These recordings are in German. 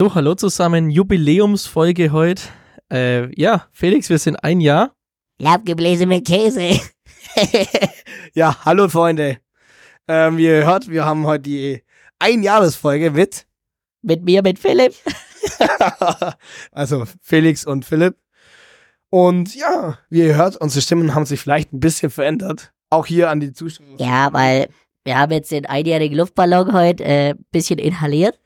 So, hallo zusammen, Jubiläumsfolge heute. Äh, ja, Felix, wir sind ein Jahr. Laubgebläse mit Käse. Ja, hallo Freunde. Ähm, wie ihr hört, wir haben heute die Einjahresfolge mit, Mit mir, mit Philipp. also Felix und Philipp. Und ja, wie ihr hört, unsere Stimmen haben sich vielleicht ein bisschen verändert. Auch hier an die Zuschauer. Ja, weil wir haben jetzt den einjährigen Luftballon heute ein äh, bisschen inhaliert.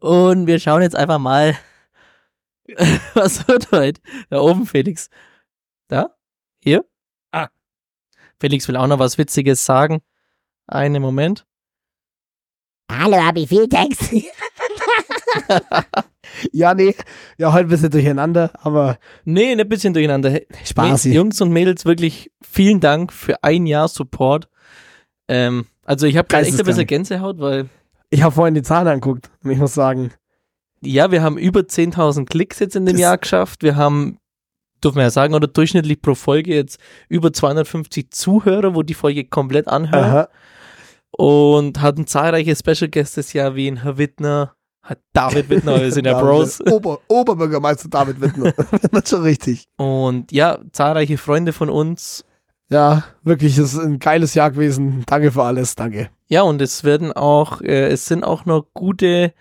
Und wir schauen jetzt einfach mal, was wird heute. Da oben, Felix. Da? Hier? Ah. Felix will auch noch was Witziges sagen. Einen Moment. Hallo, hab ich viel Text. Ja, nee, ja, heute ein bisschen durcheinander, aber Nee, ein bisschen durcheinander. Hey, Spaß. Mäd- Jungs und Mädels, wirklich vielen Dank für ein Jahr Support. Ähm, also ich habe gerade echt ein bisschen Geisteskrank. Gänsehaut, weil Ich habe vorhin die Zahlen angeguckt und ich muss sagen, ja, wir haben über 10.000 Klicks jetzt in dem Das- Jahr geschafft. Wir haben, dürfen wir ja sagen, oder durchschnittlich pro Folge jetzt über 250 Zuhörer, wo die Folge komplett anhören. aha, Und hatten zahlreiche Special Guests das Jahr, wie in Herr Wittner, hat David Wittner, wir sind ja David Bros. Wittner. Ober, Oberbürgermeister David Wittner. das ist schon richtig. Und ja, zahlreiche Freunde von uns. Ja, wirklich, es ist ein geiles Jahr gewesen. Danke für alles, danke. Ja, und es werden auch, äh, es sind auch noch gute,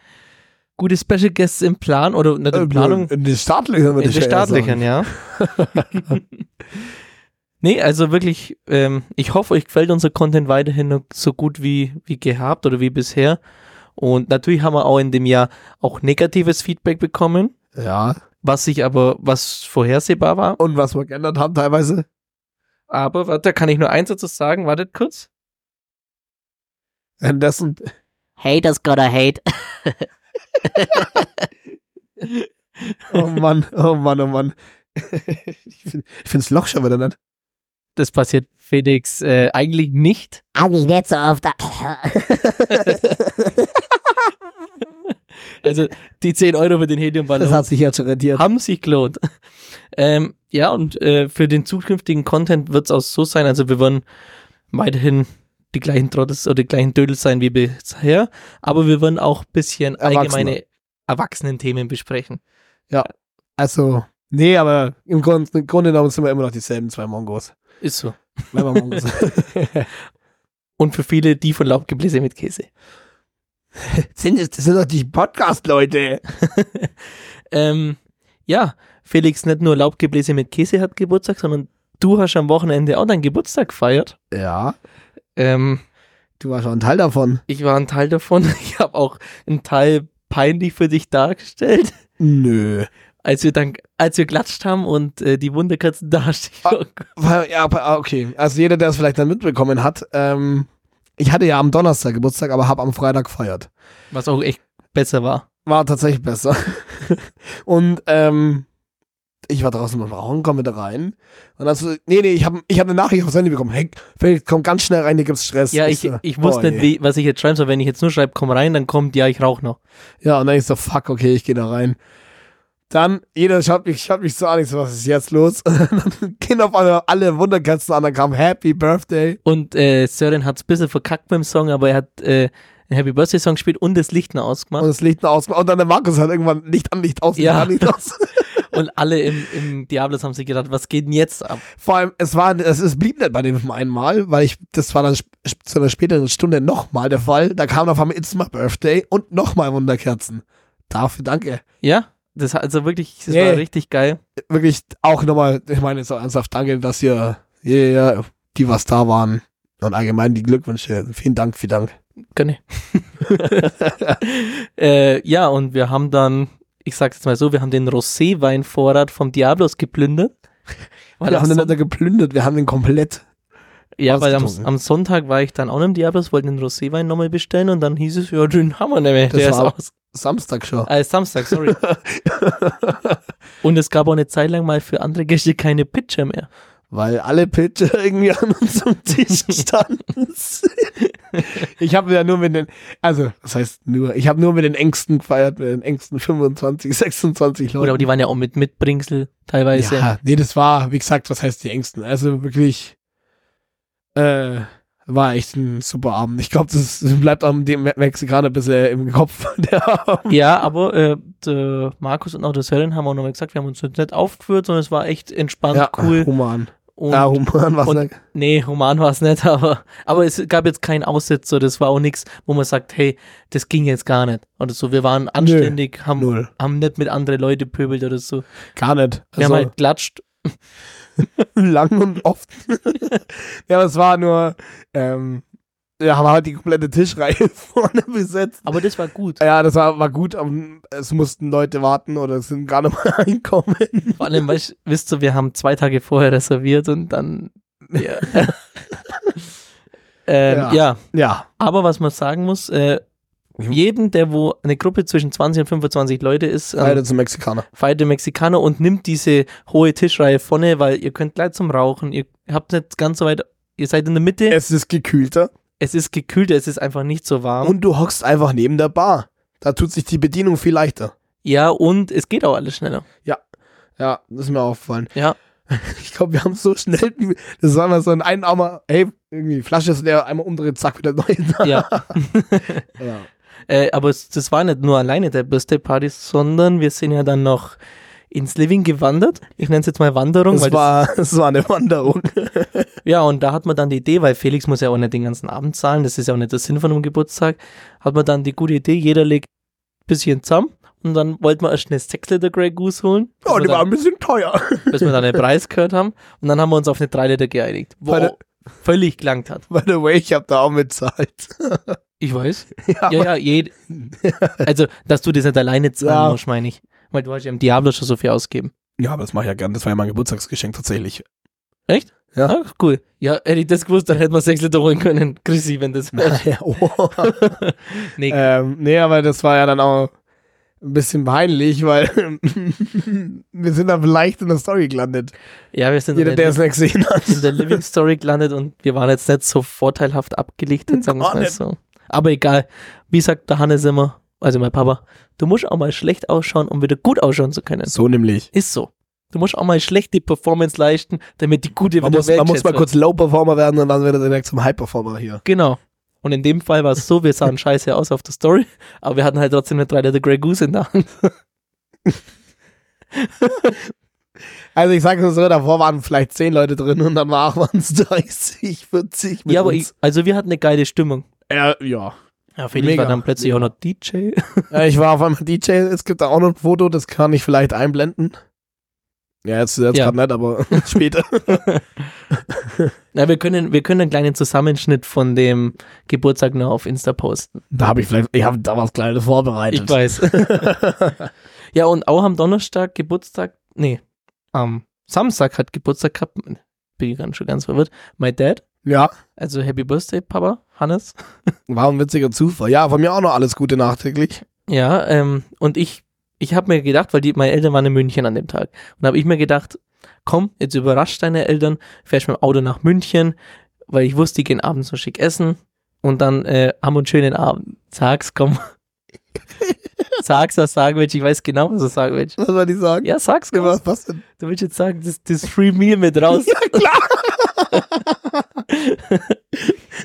gute Special Guests im Plan oder nicht in Planung, Äh, In den Startlöchern würde in ne? ich den eher sagen. Startlöchern, ja. nee, also wirklich, ähm, ich hoffe, euch gefällt unser Content weiterhin noch so gut wie, wie gehabt oder wie bisher. Und natürlich haben wir auch in dem Jahr auch negatives Feedback bekommen. Ja. was sich aber, was vorhersehbar war. Und was wir geändert haben teilweise. Aber, warte, da kann ich nur eins dazu sagen, wartet kurz. Währenddessen. Haters gonna hate. Oh Mann, oh Mann, oh Mann. ich finde das Loch schon wieder ne? nicht. Das passiert Felix äh, eigentlich nicht. Eigentlich nicht so oft. Also die 10 Euro für den Heliumballon Das hat sich jetzt schon rentiert. haben sich gelohnt. Ähm, ja, und äh, für den zukünftigen Content wird es auch so sein, also wir wollen weiterhin die gleichen Trottels oder die gleichen Dödel sein wie bisher, aber wir wollen auch ein bisschen Erwachsene. allgemeine Erwachsenenthemen besprechen. Also, nee, aber im Grunde, im Grunde genommen sind wir immer noch dieselben zwei Mongos. Ist so. Zwei Mongos. Und für viele die von Laubgebläse mit Käse. sind das, das sind doch die Podcast-Leute. Ähm, ja, Felix, nicht nur Laubgebläse mit Käse hat Geburtstag, sondern du hast am Wochenende auch deinen Geburtstag gefeiert. Ja, Ähm, du warst schon ein Teil davon. ich war ein Teil davon. Ich habe auch einen Teil peinlich für dich dargestellt, Nö. als wir dann, als wir klatscht haben und äh, die Wunderkerzen da hast. Ah. Weil- Ja, aber- ah, okay. Also jeder, der es vielleicht dann mitbekommen hat, ähm, ich hatte ja am Donnerstag Geburtstag, aber habe am Freitag gefeiert. Was auch echt besser war. War tatsächlich besser. und ähm, ich war draußen beim Rauchen, komme wieder rein. Und dann so, nee, nee, ich habe ich hab eine Nachricht aufs Handy bekommen. Hey, Felix, komm ganz schnell rein, hier gibt's Stress. Ja, äh, ich, so, ich wusste boah, nicht, ey. wie, was ich jetzt schreiben soll. Wenn ich jetzt nur schreibe, komm rein, dann kommt, ja, ich rauche noch. Ja, und dann ich so, fuck, okay, ich gehe da rein. Dann, jeder schaut mich, schaut mich so an, ich so, was ist jetzt los? Und dann gehen auf einmal alle Wunderkerzen an, dann kam Happy Birthday. Und äh, Sören hat es ein bisschen verkackt beim Song, aber er hat äh, einen Happy Birthday Song gespielt und das Licht noch ausgemacht. Und das Licht noch aus. Und dann der Markus hat irgendwann Licht an, Licht aus, Licht Ja. an, Licht aus. Und alle im, im Diablos haben sich gedacht, was geht denn jetzt ab? Vor allem, es war, es, es blieb nicht bei dem einmal, weil ich, das war dann sp- sp- zu einer späteren Stunde nochmal der Fall. Da kam auf einmal It's My Birthday und nochmal Wunderkerzen. Dafür danke. Ja, das hat- also wirklich, das Yeah. war richtig geil. Wirklich auch nochmal, ich meine jetzt auch ernsthaft danke, dass ihr, ihr, ihr- die was da waren und allgemein die Glückwünsche. Vielen Dank, vielen Dank. Gönne. äh, ja, und wir haben dann, ich sag's jetzt mal so, wir haben den Roséweinvorrat vom Diablos geplündert. Weil wir am haben den Son- nicht nur geplündert, wir haben den komplett. ja, weil am, ausgetrunken. am Sonntag war ich dann auch noch im Diablos, wollte den Roséwein nochmal bestellen und dann hieß es, ja, den haben wir nicht mehr. Das Der ist war- aus. Samstag schon. Äh, Samstag, sorry. und es gab auch eine Zeit lang mal für andere Gäste keine Pitcher mehr. weil alle Pitcher irgendwie an unserem Tisch standen. ich habe ja nur mit den, also das heißt nur, ich habe nur mit den Ängsten gefeiert, mit den Ängsten 25, 26 Oder aber Leute. die waren ja auch mit Mitbringsel teilweise. ja, nee, das war, wie gesagt, was heißt die Ängsten? Also wirklich, äh, War echt ein super Abend. Ich glaube, das bleibt am dem Me- Mexikaner bisher im Kopf. Der Abend. Ja, aber äh, der Markus und auch der Sören haben auch nochmal gesagt, wir haben uns nicht aufgeführt, sondern es war echt entspannt, cool. Roman. Und, Ja, Roman war und- es. nee, Roman war es nicht, aber, aber es gab jetzt keinen Aussetzer, das war auch nichts, wo man sagt, hey, das ging jetzt gar nicht. Oder so, wir waren anständig, haben, Null. haben nicht mit anderen Leuten pöbelt oder so. Gar nicht. Also Wir haben halt klatscht. lang und oft. ja, aber es war nur, ähm, ja, war halt die komplette Tischreihe vorne besetzt. Aber das war gut. Ja, das war, war gut, aber es mussten Leute warten oder es sind gar nicht mal reinkommen. Vor allem, weißt, du, wisst ihr, wir haben zwei Tage vorher reserviert und dann. Ja. ähm, Ja. ja. Ja. aber was man sagen muss, äh, Mhm. jeden, der wo eine Gruppe zwischen 20 und 25 Leute ist, Leider ähm, zum Mexikaner. feiert den Mexikaner und nimmt diese hohe Tischreihe vorne, weil ihr könnt gleich zum Rauchen, ihr habt nicht ganz so weit, ihr seid in der Mitte, es, Es ist gekühlter ist gekühlt, es ist einfach nicht so warm. und du hockst einfach neben der Bar. Da tut sich die Bedienung viel leichter. ja, und es geht auch alles schneller. Ja, das ist mir aufgefallen. Ja. Ich glaube, wir haben so schnell, das war mal so ein Einarmer, hey, irgendwie Flasche ist leer, einmal umdrehen, zack, wieder neu. Ja. Ja. Äh, aber es, das war nicht nur alleine der Birthday Party, sondern wir sind ja dann noch ins Living gewandert. Ich nenne es jetzt mal Wanderung. Es weil war, es war eine Wanderung. das, ja, und da hat man dann die Idee, weil Felix muss ja auch nicht den ganzen Abend zahlen, das ist ja auch nicht der Sinn von einem Geburtstag, hat man dann die gute Idee, jeder legt ein bisschen zusammen und dann wollten wir erst schnell 6 Liter Grey Goose holen, bis, Ja, wir die war ein dann, bisschen teuer. bis wir dann den Preis gehört haben und dann haben wir uns auf eine 3 Liter geeinigt, wo Weil- auch völlig gelangt hat. By the way, ich habe da auch mitzahlt. Ich weiß. Ja, Ja, ja, jed also, dass du das nicht alleine zahlen Ja. musst, meine ich. Weil du hast ja im Diablo schon so viel ausgeben. ja, aber das mache ich ja gern. Das war ja mein Geburtstagsgeschenk tatsächlich. Ah, cool. Ja, hätte ich das gewusst, dann hätten wir sechs Liter holen können. Chrissy, wenn das wäre. Ja, oh. Nee, ähm, nee, aber das war ja dann auch ein bisschen peinlich, weil wir sind da vielleicht in der Story gelandet. ja, wir sind Jeder, in, der, der es nicht gesehen hat. in der Living Story gelandet und wir waren jetzt nicht so vorteilhaft abgelichtet, sagen wir Gar mal nicht. so. Aber egal. Wie sagt der Hannes immer, also mein Papa, du musst auch mal schlecht ausschauen, um wieder gut ausschauen zu können. So nämlich. Ist so. Du musst auch mal schlechte Performance leisten, damit die gute Man wieder muss, man muss wertschätzt mal wird. kurz Low-Performer werden und dann wird er direkt zum High-Performer hier. Genau. Und in dem Fall war es so, wir sahen scheiße aus auf der Story, aber wir hatten halt trotzdem eine 3 Liter Grey Goose in der Hand. Also ich sage so, davor waren vielleicht 10 Leute drin und danach waren es 30, 40 mit ja, aber ich, uns. also wir hatten eine geile Stimmung. Ja, ja. Ja, Felix Felix Mega. war dann plötzlich Mega. auch noch DJ. Ja, ich war auf einmal DJ, es gibt da auch noch ein Foto, das kann ich vielleicht einblenden. Ja, jetzt, jetzt Ja. gerade nicht, aber später. Na, wir können, wir können einen kleinen Zusammenschnitt von dem Geburtstag noch auf Insta posten. Da habe ich vielleicht, ich habe da was Kleines vorbereitet. Ich weiß. ja, und auch am Donnerstag Geburtstag, nee, am Samstag hat Geburtstag gehabt, bin ich ganz schon ganz verwirrt, my dad, Ja, also Happy Birthday, Papa, Hannes. war ein witziger Zufall. Ja, von mir auch noch alles Gute nachträglich. Ja, ähm, und ich, ich habe mir gedacht, weil die, meine Eltern waren in München an dem Tag. Und habe ich mir gedacht, komm, jetzt überrasch deine Eltern, fährst mit dem Auto nach München, weil ich wusste, die gehen abends so schick essen und dann äh, haben wir einen schönen Abend. Sag's, komm. sag's, was sagen willst. Ich weiß genau, was du sagen willst. Was soll ich sagen? Ja, sag's, komm. Was, was denn? Du willst jetzt sagen, das, das Free Meal mit raus.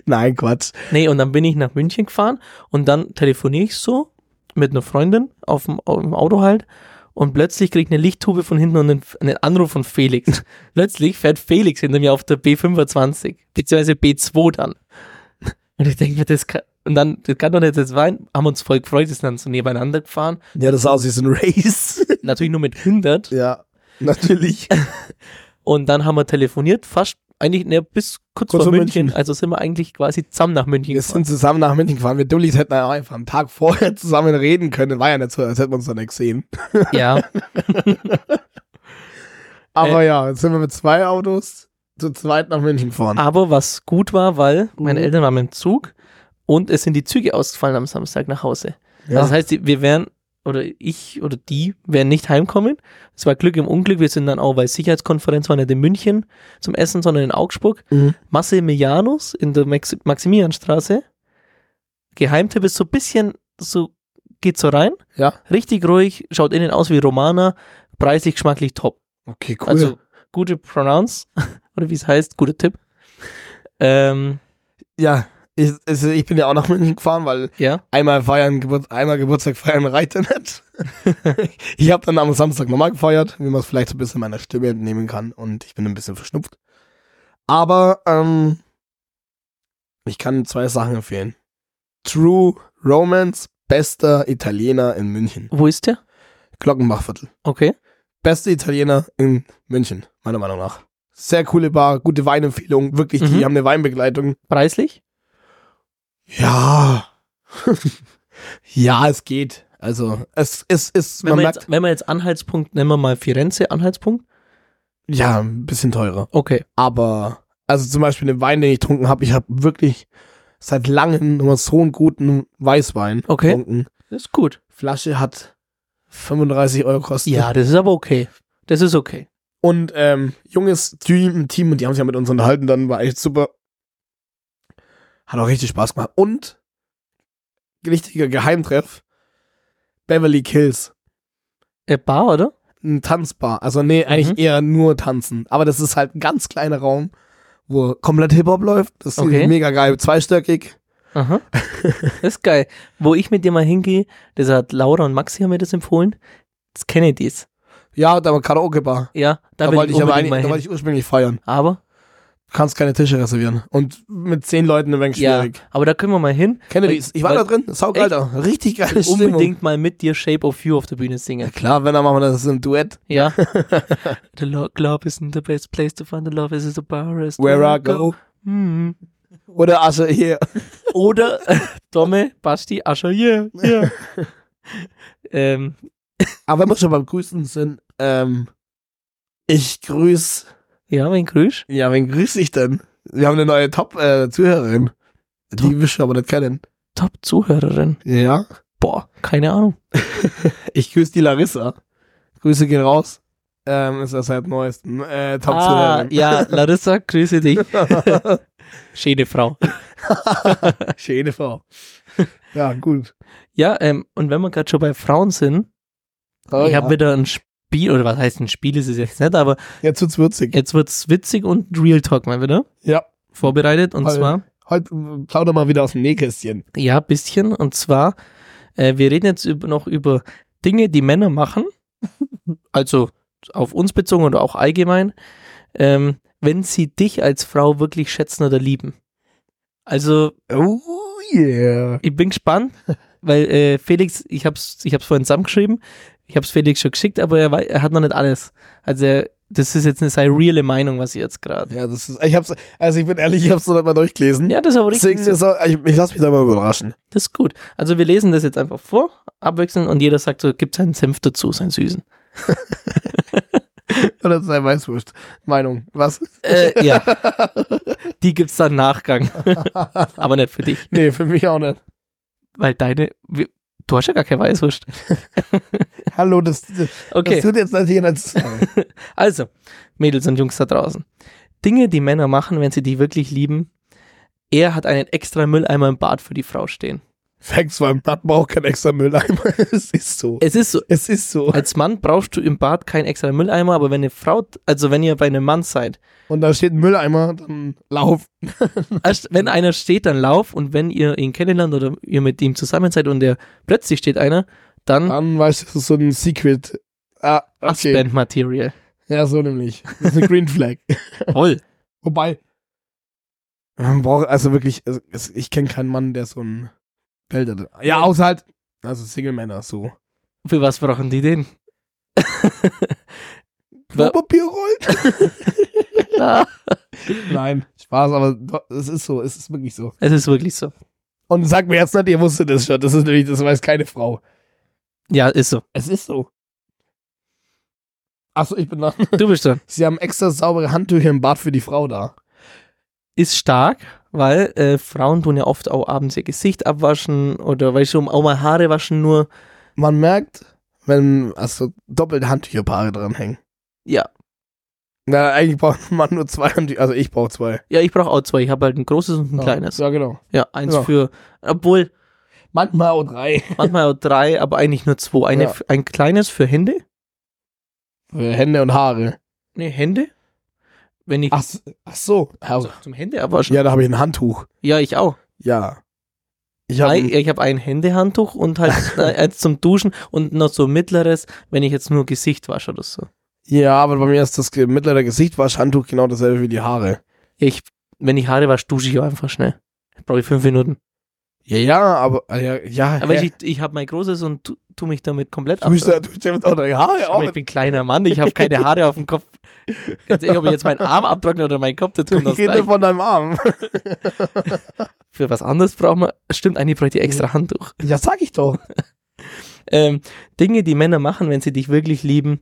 Nein, Quatsch. Nee, und dann bin ich nach München gefahren und dann telefoniere ich so mit einer Freundin auf dem, auf dem Auto halt und plötzlich krieg ich eine Lichttube von hinten und einen, einen Anruf von Felix. plötzlich fährt Felix hinter mir auf der B25, beziehungsweise B2 dann. Und ich denke mir, das kann, und dann, das kann doch nicht das sein, haben uns voll gefreut, sind dann so nebeneinander gefahren. Ja, das sah aus wie so ein Race. Natürlich nur mit 100 ja, natürlich. und dann haben wir telefoniert, fast eigentlich ne, bis kurz, vor München. also sind wir eigentlich quasi zusammen nach München Wir sind zusammen nach München gefahren. Wir Dullis hätten ja auch einfach am Tag vorher zusammen reden können. War ja nicht so, als hätten wir uns da nicht gesehen. Ja, Aber ja, jetzt sind wir mit zwei Autos zu zweit nach München gefahren. Aber was gut war, weil meine Mhm. Eltern waren im Zug und es sind die Züge ausgefallen am Samstag nach Hause. Ja. Also das heißt, die- wir wären, oder ich oder die werden nicht heimkommen. Es war Glück im Unglück. Wir sind dann auch, weil Sicherheitskonferenz war nicht in München zum Essen, sondern in Augsburg. Mhm. Massimilianus in der Max Maximilianstraße. Geheimtipp ist so ein bisschen so, geht so rein. Ja. Richtig ruhig, schaut innen aus wie Romana, preislich, geschmacklich top. Okay, cool. Also gute Pronounce, oder wie es heißt, guter Tipp. Ähm, ja, ich, also ich bin ja auch nach München gefahren, weil Ja. einmal feiern, Geburt, einmal Geburtstag feiern reicht ja nicht. ich habe dann am Samstag nochmal gefeiert, wie man es vielleicht so ein bisschen meiner Stimme entnehmen kann und ich bin ein bisschen verschnupft. Aber ähm, ich kann zwei Sachen empfehlen. True Romance, bester Italiener in München. Wo ist der? Glockenbachviertel. Okay. beste Italiener in München, meiner Meinung nach. Sehr coole Bar, gute Weinempfehlung, wirklich, Mhm. die haben eine Weinbegleitung. Preislich? Ja. ja, es geht. Also, es ist, ist Wenn man wir, merkt, jetzt, wenn wir jetzt Anhaltspunkt, nennen wir mal Firenze, Anhaltspunkt. ja, ein bisschen teurer. Okay. Aber, also zum Beispiel den Wein, den ich getrunken habe, ich habe wirklich seit langem nochmal so einen guten Weißwein Okay. getrunken. Das ist gut. Flasche hat 35 Euro gekostet. Ja, das ist aber okay. Das ist okay. Und ähm, junges Team, Team, und die haben sich ja mit uns unterhalten, dann war echt super. Hat auch richtig Spaß gemacht. Und richtiger Geheimtreff, Beverly Kills. Äh, Bar, oder? Ein Tanzbar. Also nee, eigentlich Mhm. eher nur tanzen. Aber das ist halt ein ganz kleiner Raum, wo komplett Hip-Hop läuft. Das ist Okay. mega geil, zweistöckig. Aha. Das ist geil. Wo ich mit dir mal hingehe, das hat Laura und Maxi haben mir das empfohlen. Das Kennedys. Ja, da war Karaoke-Bar. Ja, da, Da, will wollte ich aber unbedingt eigentlich, da mal wollte hin. ich ursprünglich feiern. Aber, Du kannst keine Tische reservieren. Und mit zehn Leuten ein wenig ja, schwierig. aber da können wir mal hin. Kennedys, ich war Weil- da drin, saugeil Echt? da. Richtig geile Ich will Stimmung. unbedingt mal mit dir Shape of You auf der Bühne singen. Klar, wenn, dann machen wir das im Duett. Ja. the lo- club isn't the best place to find the love, is the bar is Where I go. Hm. Oder Asche hier. Oder Domme, Basti, Ascher, yeah, yeah. ähm, Aber wenn wir schon beim Grüßen sind, ähm, ich grüß, ja, wen grüß? ja, wen grüß ich denn? Wir haben eine neue Top-Zuhörerin. die wirst du aber nicht kennen. Top-Zuhörerin. Ja. Boah, keine Ahnung. Ich grüß die Larissa. Grüße gehen raus. Ähm, ist das seit neuestem äh, Ah, Top-Zuhörerin. ja, Larissa, grüße dich. Schöne Frau. Schöne Frau. Ja, gut. Ja, ähm, und wenn wir gerade schon bei Frauen sind, Oh, ich habe ja. wieder ein Spiel, oder was heißt ein Spiel, ist es jetzt nicht, aber Jetzt wird's würzig. jetzt wird's witzig und Real Talk mal wieder Ja. vorbereitet. Und Voll. zwar, Heute äh, plauder mal wieder aus dem Nähkästchen. ja, bisschen. Und zwar, äh, wir reden jetzt über, noch über Dinge, die Männer machen. also auf uns bezogen oder auch allgemein. Ähm, wenn sie dich als Frau wirklich schätzen oder lieben. Also, Oh yeah. ich bin gespannt, weil äh, Felix, ich hab's, ich hab's vorhin zusammengeschrieben, ich hab's Felix schon geschickt, aber er, wei- er hat noch nicht alles. Also er, das ist jetzt eine seine reale Meinung, was ich jetzt gerade. Ja, das ist, ich hab's, also ich bin ehrlich, ich hab's noch nicht mal durchgelesen. Ja, das ist aber richtig. Deswegen so. ist auch, ich, ich lass mich da mal überraschen. Das ist gut. Also wir lesen das jetzt einfach vor, abwechselnd und jeder sagt so, gibt seinen Senf dazu, seinen Süßen. Oder sei Weißwurst. Meinung. Was? Äh, ja. Die gibt's dann im Nachgang. aber nicht für dich, Nee, für mich auch nicht. weil deine, wir- du hast ja gar keine Weißwurst. Hallo, das, das Okay, tut jetzt nicht jeder zusammen. also, Mädels und Jungs da draußen. Dinge, die Männer machen, wenn sie die wirklich lieben. Er hat einen extra Mülleimer im Bad für die Frau stehen. Facts, weil man braucht keinen extra Mülleimer. es ist so. Es ist so, Es ist so. als Mann brauchst du im Bad keinen extra Mülleimer, aber wenn eine Frau, also wenn ihr bei einem Mann seid, Und da steht ein Mülleimer, dann lauf. Hm. Erst wenn einer steht, dann lauf und wenn ihr ihn kennenlernt oder ihr mit ihm zusammen seid und der plötzlich steht einer, dann Dann weißt du, das ist so ein Secret. Ah, okay. Husband Material. Ja, so nämlich. Das ist eine Green Flag. Voll. Wobei, man braucht also wirklich, also es- ich kenne keinen Mann, der so ein Geld hat. Ja, außer halt, also Single-Männer, so. Für was brauchen die den? Wa- Klopapier rollt. Ja, Nein, Spaß, aber do- es ist so, es ist wirklich so. es ist wirklich so. Und sag mir jetzt nicht, ihr wusstet das schon, das ist nämlich, das weiß keine Frau. Ja, ist so. Es ist so. Achso, ich bin da. Du bist dran. Sie haben extra saubere Handtücher im Bad für die Frau da. ist stark, weil äh, Frauen tun ja oft auch abends ihr Gesicht abwaschen oder weißt du, um auch mal Haare waschen nur. Man merkt, wenn also doppelt Handtücherpaare dranhängen. Ja. Na, eigentlich braucht man nur zwei Handtücher, also ich brauche zwei. Ja, ich brauche auch zwei. Ich habe halt ein großes und ein kleines. Ja, genau. Ja, eins Ja. für, obwohl Manchmal auch drei. manchmal auch drei, aber eigentlich nur zwei. Eine, Ja. f- Ein kleines für Hände. Für Hände und Haare. Ne, Hände. Wenn ich Ach, s- ach so. also, zum Hände abwaschen. Ja, da habe ich ein Handtuch. Ja, ich auch. Ja. Ich habe Ei- Ich habe ein Händehandtuch und halt äh, eins zum Duschen und noch so ein mittleres, wenn ich jetzt nur Gesicht wasche oder so. Ja, aber bei mir ist das ge- mittlere Gesichtwaschhandtuch genau dasselbe wie die Haare. Ja, ich, wenn ich Haare wasche, dusche ich auch einfach schnell. Brauche ich fünf Minuten. Ja, ja, aber ah, ja, ja. Aber hä? ich, ich habe mein großes und tu, tu mich damit komplett du ab. bist ja, du bist ja mit auch deine Haare Aber ich auch. bin kleiner Mann, ich habe keine Haare auf dem Kopf. Ganz ehrlich, ob ich jetzt meinen Arm abtrockne oder meinen Kopf, das Du kommt aus redest von deinem Arm. Für was anderes braucht man, stimmt, eigentlich bräuchte ich extra Handtuch. Ja, sag ich doch. Ähm, Dinge, die Männer machen, wenn sie dich wirklich lieben.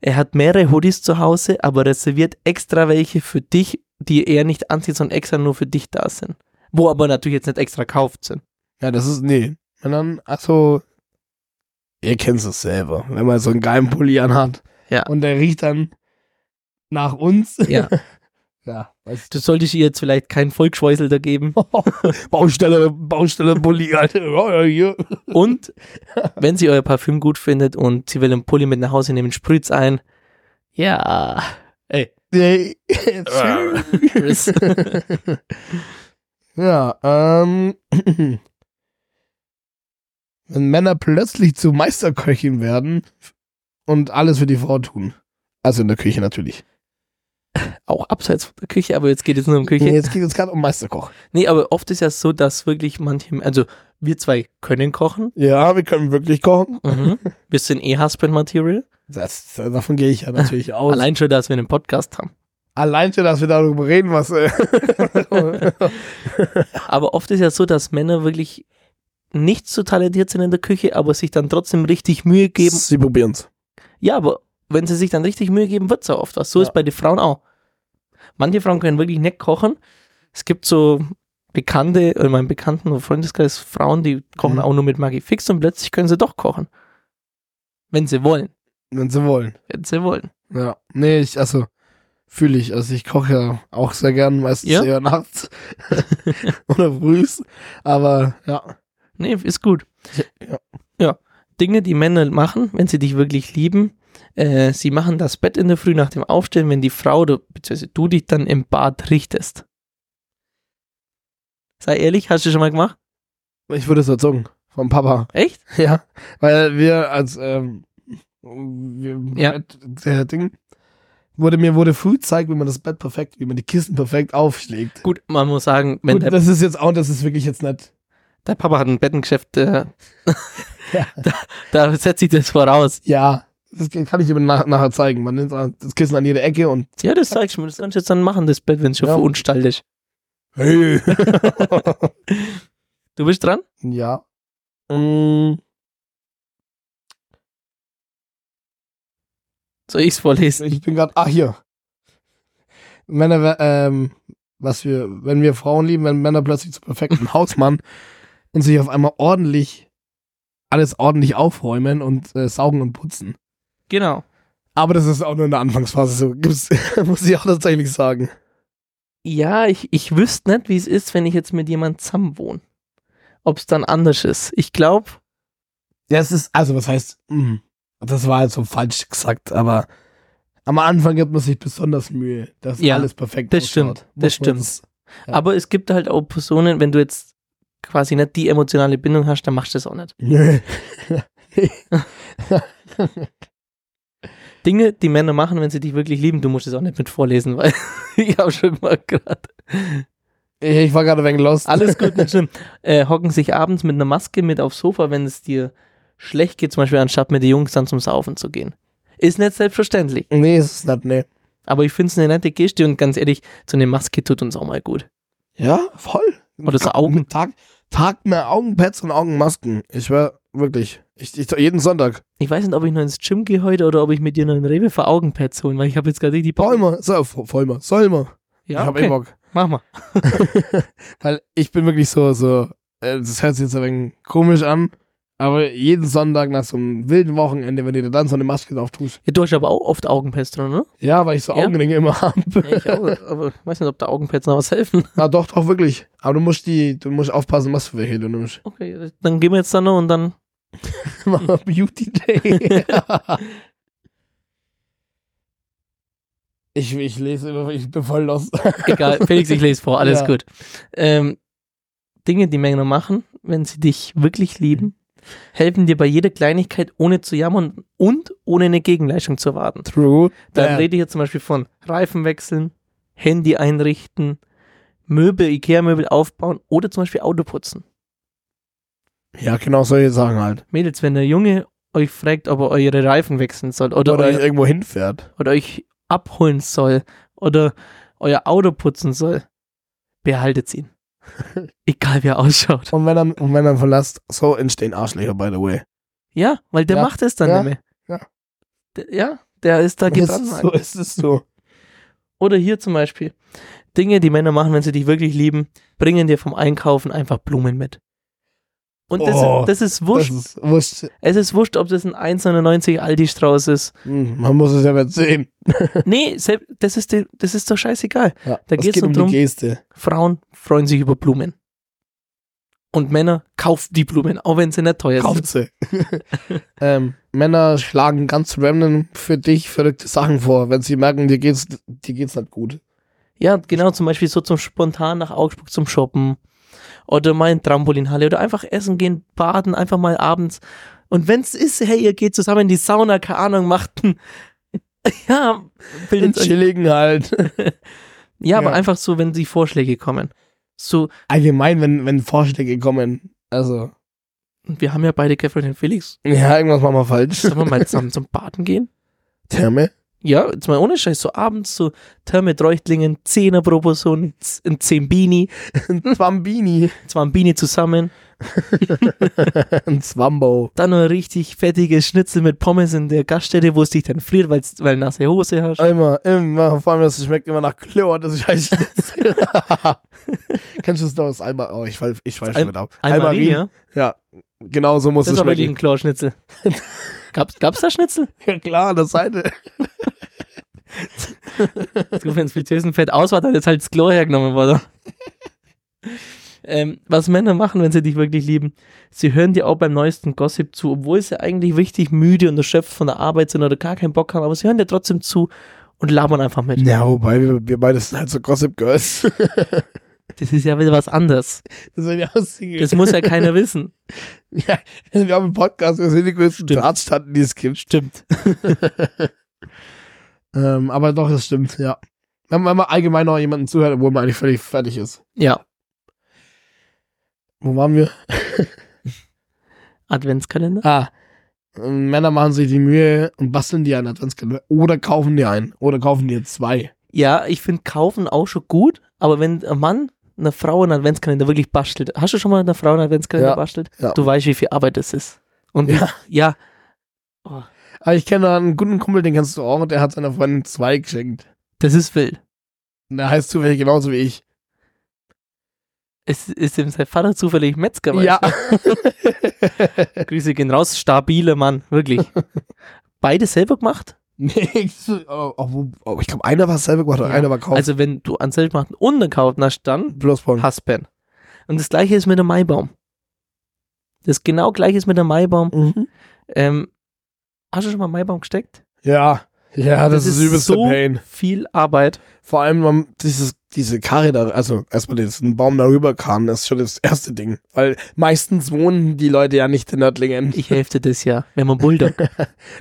Er hat mehrere Hoodies zu Hause, aber reserviert extra welche für dich, die er nicht anzieht, sondern extra nur für dich da sind. Wo aber natürlich jetzt nicht extra kauft sind. Ja, das ist, nee. Und dann, ach so, ihr kennt es selber, wenn man so einen geilen Pulli anhat. Ja. Und der riecht dann nach uns. Ja. Ja, weißt Du solltest ihr jetzt vielleicht keinen Volksschweusel da geben. du. Baustelle, Baustelle, Pulli, Alter. Ja, ja, hier. Und wenn sie euer Parfüm gut findet und sie will einen Pulli mit nach Hause nehmen, sprüht's ein. Ja. Ey. Nee. Ah. Chris. ja, ähm. Wenn Männer plötzlich zu Meisterköchin werden und alles für die Frau tun. Also in der Küche natürlich. Auch abseits von der Küche, aber jetzt geht es nur um Küche. Nee, jetzt geht es gerade um Meisterkoch. Nee, aber oft ist ja so, dass wirklich manche, also wir zwei können kochen. Ja, wir können wirklich kochen. Wir sind eh Husband-Material. Das, davon gehe ich ja natürlich aus. Allein schon, dass wir einen Podcast haben. Allein schon, dass wir darüber reden, was. Äh Aber oft ist ja so, dass Männer wirklich nicht so talentiert sind in der Küche, aber sich dann trotzdem richtig Mühe geben. Sie probieren's. Ja, aber wenn sie sich dann richtig Mühe geben, wird's auch oft was. So Ja. ist bei den Frauen auch. Manche Frauen können wirklich nicht kochen. Es gibt so Bekannte, in meinem Bekannten- und Freundeskreis, Frauen, die kochen Mhm. auch nur mit Maggi Fix und plötzlich können sie doch kochen. Wenn sie wollen. Wenn sie wollen. Wenn sie wollen. Ja, nee, ich, also, fühle ich. Also, ich koche ja auch sehr gern, meistens Ja? eher nachts oder frühs. Aber ja, Nee, ist gut. Ja. Ja. Dinge, die Männer machen, wenn sie dich wirklich lieben. Äh, sie machen das Bett in der Früh nach dem Aufstehen, wenn die Frau oder beziehungsweise du dich dann im Bad richtest. Sei ehrlich, hast du schon mal gemacht? ich wurde es erzogen vom Papa. Echt? Ja, weil wir als, ähm, wir, Ja. Bett- der Ding, wurde mir wurde früh gezeigt, wie man das Bett perfekt, wie man die Kissen perfekt aufschlägt. Gut, man muss sagen, wenn Gut, der, das ist jetzt auch, das ist wirklich jetzt nicht. der Papa hat ein Bettengeschäft, äh, Ja. da, da setzt sich das voraus. Ja, das kann ich dir nach, nachher zeigen. Man nimmt das Kissen an jede Ecke und Ja, das zeigst du mir, das kannst du jetzt dann machen, das Bett, wenn es schon Ja. verunstaltet ist. hey. Du bist dran? Ja. Mm, Soll ich's vorlesen? Ich bin gerade. Ah, hier. Männer, we- ähm, was wir, wenn wir Frauen lieben, wenn Männer plötzlich zu perfekten Hausmann und sich auf einmal ordentlich alles ordentlich aufräumen und äh, saugen und putzen. Genau. Aber das ist auch nur in der Anfangsphase so. Gibt's, muss ich auch tatsächlich sagen. Ja, ich, ich wüsste nicht, wie es ist, wenn ich jetzt mit jemandem zusammen wohne. Ob es dann anders ist. Ich glaube, Ja, es ist, also was heißt, mm, das war halt so falsch gesagt, aber am Anfang gibt man sich besonders Mühe, dass Ja, alles perfekt das ausschaut. stimmt, Muss das man stimmt. s- Ja. aber es gibt halt auch Personen, wenn du jetzt quasi nicht die emotionale Bindung hast, dann machst du das auch nicht. Nö. Dinge, die Männer machen, wenn sie dich wirklich lieben, du musst es auch nicht mit vorlesen, weil ich habe schon mal gerade. Ich, ich war gerade ein wenig lost. Alles gut, nicht schlimm. Äh, hocken sich abends mit einer Maske mit aufs Sofa, wenn es dir schlecht geht, zum Beispiel anstatt mit den Jungs dann zum Saufen zu gehen. Ist nicht selbstverständlich. Nee, es ist nicht, nee. Aber ich finde es eine nette Geste und ganz ehrlich, so eine Maske tut uns auch mal gut. Ja, voll. Oder so Augen. Tag, Tag mehr Augenpads und Augenmasken. Ich war wirklich. Ich, ich jeden Sonntag. Ich weiß nicht, ob ich noch ins Gym gehe heute oder ob ich mit dir noch einen Rewe für Augenpads holen, weil ich habe jetzt gerade die Bock. Vollmer, so, Vo- Vollmer, Sollmer. ich Ja, hab eh okay. Bock. mach mal. Weil ich bin wirklich so, so, äh, das hört sich jetzt ein wenig komisch an, aber jeden Sonntag nach so einem wilden Wochenende, wenn du dir dann so eine Maske drauf tust. Ja, du hast aber auch oft Augenpads drin, ne? Ja, weil ich so Ja. Augenringe immer habe. Ja, ich auch, aber ich weiß nicht, ob da Augenpads noch was helfen. Na doch, doch, wirklich. Aber du musst die, du musst aufpassen, was für welche du nimmst. Okay, dann gehen wir jetzt da noch und dann. Mal Beauty Day. Ich, ich lese immer, ich bin voll los. Egal, Felix, ich lese vor, alles Ja. gut. Ähm, Dinge, die Männer machen, wenn sie dich wirklich lieben, helfen dir bei jeder Kleinigkeit ohne zu jammern und ohne eine Gegenleistung zu erwarten. True. Da Ja. rede ich jetzt zum Beispiel von Reifen wechseln, Handy einrichten, Möbel, Ikea-Möbel aufbauen oder zum Beispiel Auto putzen. Ja, genau solche Sachen halt. Mädels, wenn der Junge euch fragt, ob er eure Reifen wechseln soll oder, Oder, euer- irgendwo hinfährt. oder euch abholen soll oder euer Auto putzen soll, behaltet ihn. Egal wie er ausschaut. Und wenn dann, und wenn dann verlässt, so entstehen Arschlöcher, by the way. Ja, weil der Ja. macht es dann Ja. nicht mehr. Ja. D- Ja, der ist da Es ist so, getan. es ist so. Oder hier zum Beispiel. Dinge, die Männer machen, wenn sie dich wirklich lieben, bringen dir vom Einkaufen einfach Blumen mit. Und das, Oh, das ist Das wurscht. ist wurscht. es ist wurscht, ob das ein 1,99 Aldi-Strauß ist. Hm, Man muss es ja mal sehen. nee, selb- das ist, dir- das ist doch scheißegal. Ja, Da es geht's geht nur um drum. die Geste. Frauen freuen sich über Blumen. Und Männer kauft die Blumen, auch wenn sie nicht teuer Kauft sie. ähm, Männer schlagen ganz random für dich verrückte Sachen vor, wenn sie merken, dir geht's, dir geht's nicht gut. sind. Ja, genau, zum Beispiel so zum spontan nach Augsburg zum Shoppen oder mal in Trampolinhalle oder einfach essen gehen, baden, einfach mal abends. Und wenn's ist, hey, ihr geht zusammen in die Sauna, keine Ahnung, macht ein ja, Den bildet euch. chilligen halt. ja, aber Ja. einfach so, wenn die Vorschläge kommen. So, Allgemein, wenn, wenn Vorschläge kommen. Also, und wir haben ja beide Catherine und Felix. ja, irgendwas machen wir falsch. Sollen wir mal zusammen zum Baden gehen? Therme? Ja, jetzt mal ohne Scheiß, so abends so Therme Treuchtlingen, 10er pro Person, z- ein 10 Bini, Ein Zwambini. zwei Bini zusammen, Ein Zwambo. dann noch ein richtig fettiges Schnitzel mit Pommes in der Gaststätte, wo es dich dann friert, weil's, weil nasse Hose hast. Immer, immer. Vor allem, das schmeckt immer nach Chlor, das ist scheiße. Kennst du das noch aus Alma? Oh, ich fall, ich fall schon Al- wieder ab. Almarin, Almarin. ja? Ja, genau so muss Das es ist aber wirklich schmecken. ein Chlorschnitzel. Gab's, gab's da Schnitzel? Ja, klar, an der Seite. Wenn es Fritösenfett aus war, dann ist halt das Chlor hergenommen worden. ähm, was Männer machen, wenn sie dich wirklich lieben, sie hören dir auch beim neuesten Gossip zu, obwohl sie eigentlich richtig müde und erschöpft von der Arbeit sind oder gar keinen Bock haben, aber sie hören dir trotzdem zu und labern einfach mit. Ja, wobei, wir, wir beide sind halt so Gossip Girls. Das ist ja wieder was anderes. Das sind ja auch Single. Das muss ja keiner wissen. Ja, wir haben einen Podcast, wir sind die größten Stimmt. Drahtstanden, die es gibt. Stimmt. ähm, aber doch, das stimmt, ja. Wenn man wenn man allgemein noch jemanden zuhört, obwohl man eigentlich völlig fertig ist. Ja, Wo waren wir? Adventskalender. Ah. ähm, Männer machen sich die Mühe und basteln dir einen Adventskalender. Oder kaufen dir einen. Oder kaufen dir zwei. Ja, ich finde kaufen auch schon gut, aber wenn ein Mann einer Frau einen Adventskalender wirklich bastelt, hast du schon mal einer Frau einen Adventskalender Ja, bastelt? ja. Du weißt, wie viel Arbeit das ist. Und wie- Ja. ja, Aber Ah, ich kenne da einen guten Kumpel, den kennst du auch, und der hat seiner Freundin zwei geschenkt. das ist wild. Und der heißt zufällig genauso wie ich. Es ist ihm sein Vater zufällig Metzger. weißt du? Grüße gehen raus, stabiler Mann, wirklich. Beide selber gemacht? nee, oh, oh, oh, ich glaube, einer war selber gemacht und Ja. einer war kauft. Also wenn du an selbst gemachten und gekauft hast, dann bloß von. Husband. Und das gleiche ist mit dem Maibaum. Das genau gleiche ist mit dem Maibaum. Mhm. Ähm, hast du schon mal einen Maibaum gesteckt? Ja, ja, Ah, das, ist übelste so Pain. viel Arbeit. Vor allem man, dieses, diese Karre da, also erstmal dass ein Baum darüber kam, das ist schon das erste Ding. Weil meistens wohnen die Leute ja nicht in Nördlingen. Ich helfe dir das Jahr. Wir haben einen Bulldog.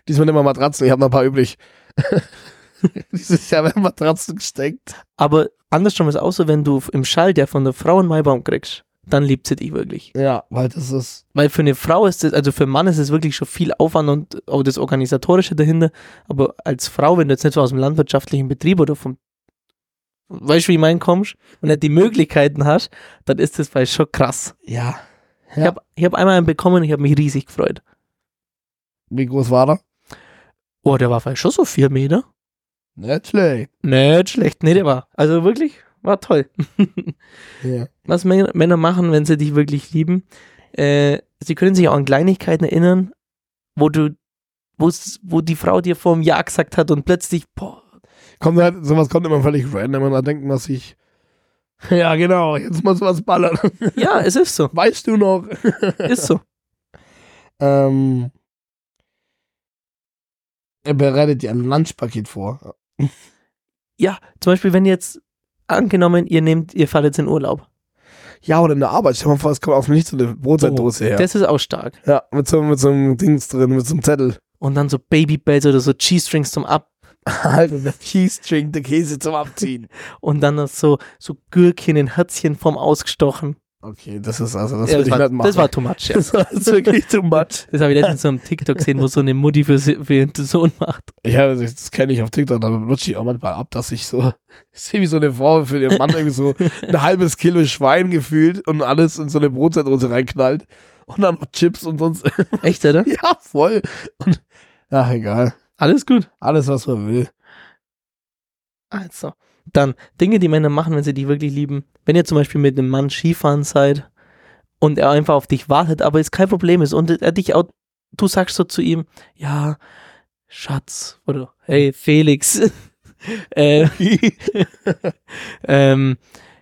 Diesmal nehmen wir Matratzen, ich habe noch ein paar übrig. Dieses Jahr werden Matratzen gesteckt. Aber andersrum ist auch so, wenn du im Schall, der von der Frau einen Maibaum kriegst, dann liebt sie dich wirklich. Ja, weil das ist. Weil für eine Frau ist das, also für einen Mann ist es wirklich schon viel Aufwand und auch das Organisatorische dahinter. Aber als Frau, wenn du jetzt nicht so aus dem landwirtschaftlichen Betrieb oder vom, weißt du, wie ich mein, kommst und nicht die Möglichkeiten hast, dann ist das vielleicht schon krass. Ja. Ich Ja. habe ich hab einmal einen bekommen, ich habe mich riesig gefreut. Wie groß war der? Oh, der war vielleicht schon so vier Meter. Nicht schlecht. Nicht schlecht, nee, der war. Also wirklich, war toll. Ja. Was Män- Männer machen, wenn sie dich wirklich lieben, äh, sie können sich auch an Kleinigkeiten erinnern, wo du, wo's- wo die Frau dir vor einem Jahr gesagt hat und plötzlich, boah, Kommt halt, sowas kommt immer völlig random und da denkt man sich. Ja, genau, jetzt muss was ballern. ja, es ist so, Weißt du noch? ist so. Ähm, er bereitet dir ein Lunchpaket vor. Ja, zum Beispiel, wenn jetzt angenommen, ihr nehmt, ihr fahrt jetzt in Urlaub. Ja, oder in der Arbeit. Stell dir mal vor, es kommt aus dem Nichts so eine Brotzeitdose her. Das ist auch stark. ja, mit so, mit so einem Dings drin, mit so einem Zettel. Und dann so Babybells oder so Cheese-Strings zum Ab Alter, Halt, der Cheese-String, der Käse zum Abziehen. und dann noch so, so Gürkchen in Herzchenform ausgestochen. Okay, das ist also, das Ja, würde ich war, nicht machen. das war too much, ja. das war jetzt wirklich too much. Das habe ich letztens so einem TikTok gesehen, wo so eine Mutti für, si- für ihren Sohn macht. Ja, das, das kenne ich auf TikTok, da lutsche ich auch manchmal ab, dass ich so, ich sehe wie so eine Frau für den Mann irgendwie so ein halbes Kilo Schwein gefühlt und alles in so eine Brotzeitdose reinknallt und dann noch Chips und sonst, Echt, oder? ja, voll. Und, ach, egal. Alles gut. Alles, was man will. Also, dann Dinge, die Männer machen, wenn sie dich wirklich lieben. Wenn ihr zum Beispiel mit einem Mann Skifahren seid und er einfach auf dich wartet, aber es kein Problem ist und er dich auch, du sagst so zu ihm, ja, Schatz oder hey, Felix. äh, ähm,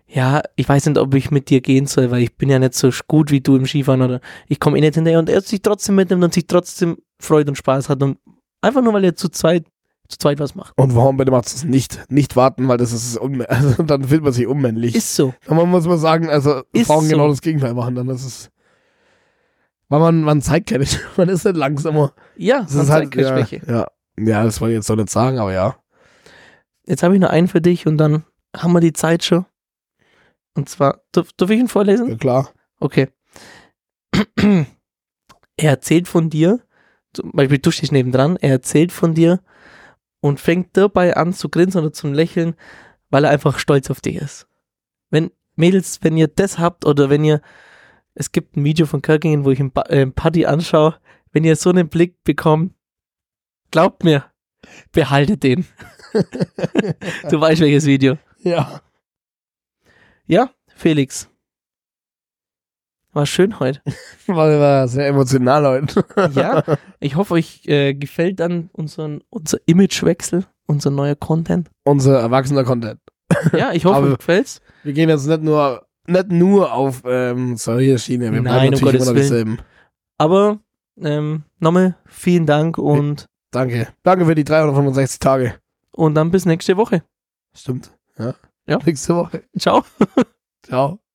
ja, ich weiß nicht, ob ich mit dir gehen soll, weil ich bin ja nicht so gut wie du im Skifahren oder ich komme eh nicht hinterher und er sich trotzdem mitnimmt und sich trotzdem Freude und Spaß hat und einfach nur, weil ihr zu zweit, zu zweit was macht. Und warum bitte machst du es nicht? Nicht warten, weil das ist, un also, dann fühlt man sich unmännlich. Ist so. Und man muss mal sagen, also Ist Frauen so. genau das Gegenteil machen, dann ist es, weil man, man zeigt keine, man ist nicht langsamer. Ja, Das man ist halt, zeigt keine ja, Schwäche. ja. Ja, das wollte ich jetzt doch nicht sagen, aber ja. Jetzt habe ich noch einen für dich und dann haben wir die Zeit schon. Und zwar, darf, darf ich ihn vorlesen? Ja, klar. Okay. er erzählt von dir, zum Beispiel du stehst nebendran, er erzählt von dir und fängt dabei an zu grinsen oder zum Lächeln, weil er einfach stolz auf dich ist. Wenn, Mädels, wenn ihr das habt oder wenn ihr, es gibt ein Video von Kirkingen, wo ich einen äh, Paddy anschaue, wenn ihr so einen Blick bekommt, glaubt mir, behaltet den. du weißt welches Video. Ja. Ja, Felix. War schön heute. War, war sehr emotional heute. Ja, ich hoffe, euch äh, gefällt dann unseren, unser Imagewechsel, unser neuer Content. Unser erwachsener Content. Ja, ich hoffe, Aber- euch gefällt's. Wir gehen jetzt nicht nur, nicht nur auf ähm, solche Schiene. Wir Nein, um bleiben natürlich Gottes immer noch dieselben. Aber ähm, nochmal vielen Dank und, Danke. Danke für die 365 Tage. und dann bis nächste Woche. Stimmt. Ja. Ja. Nächste Woche. Ciao. Ciao.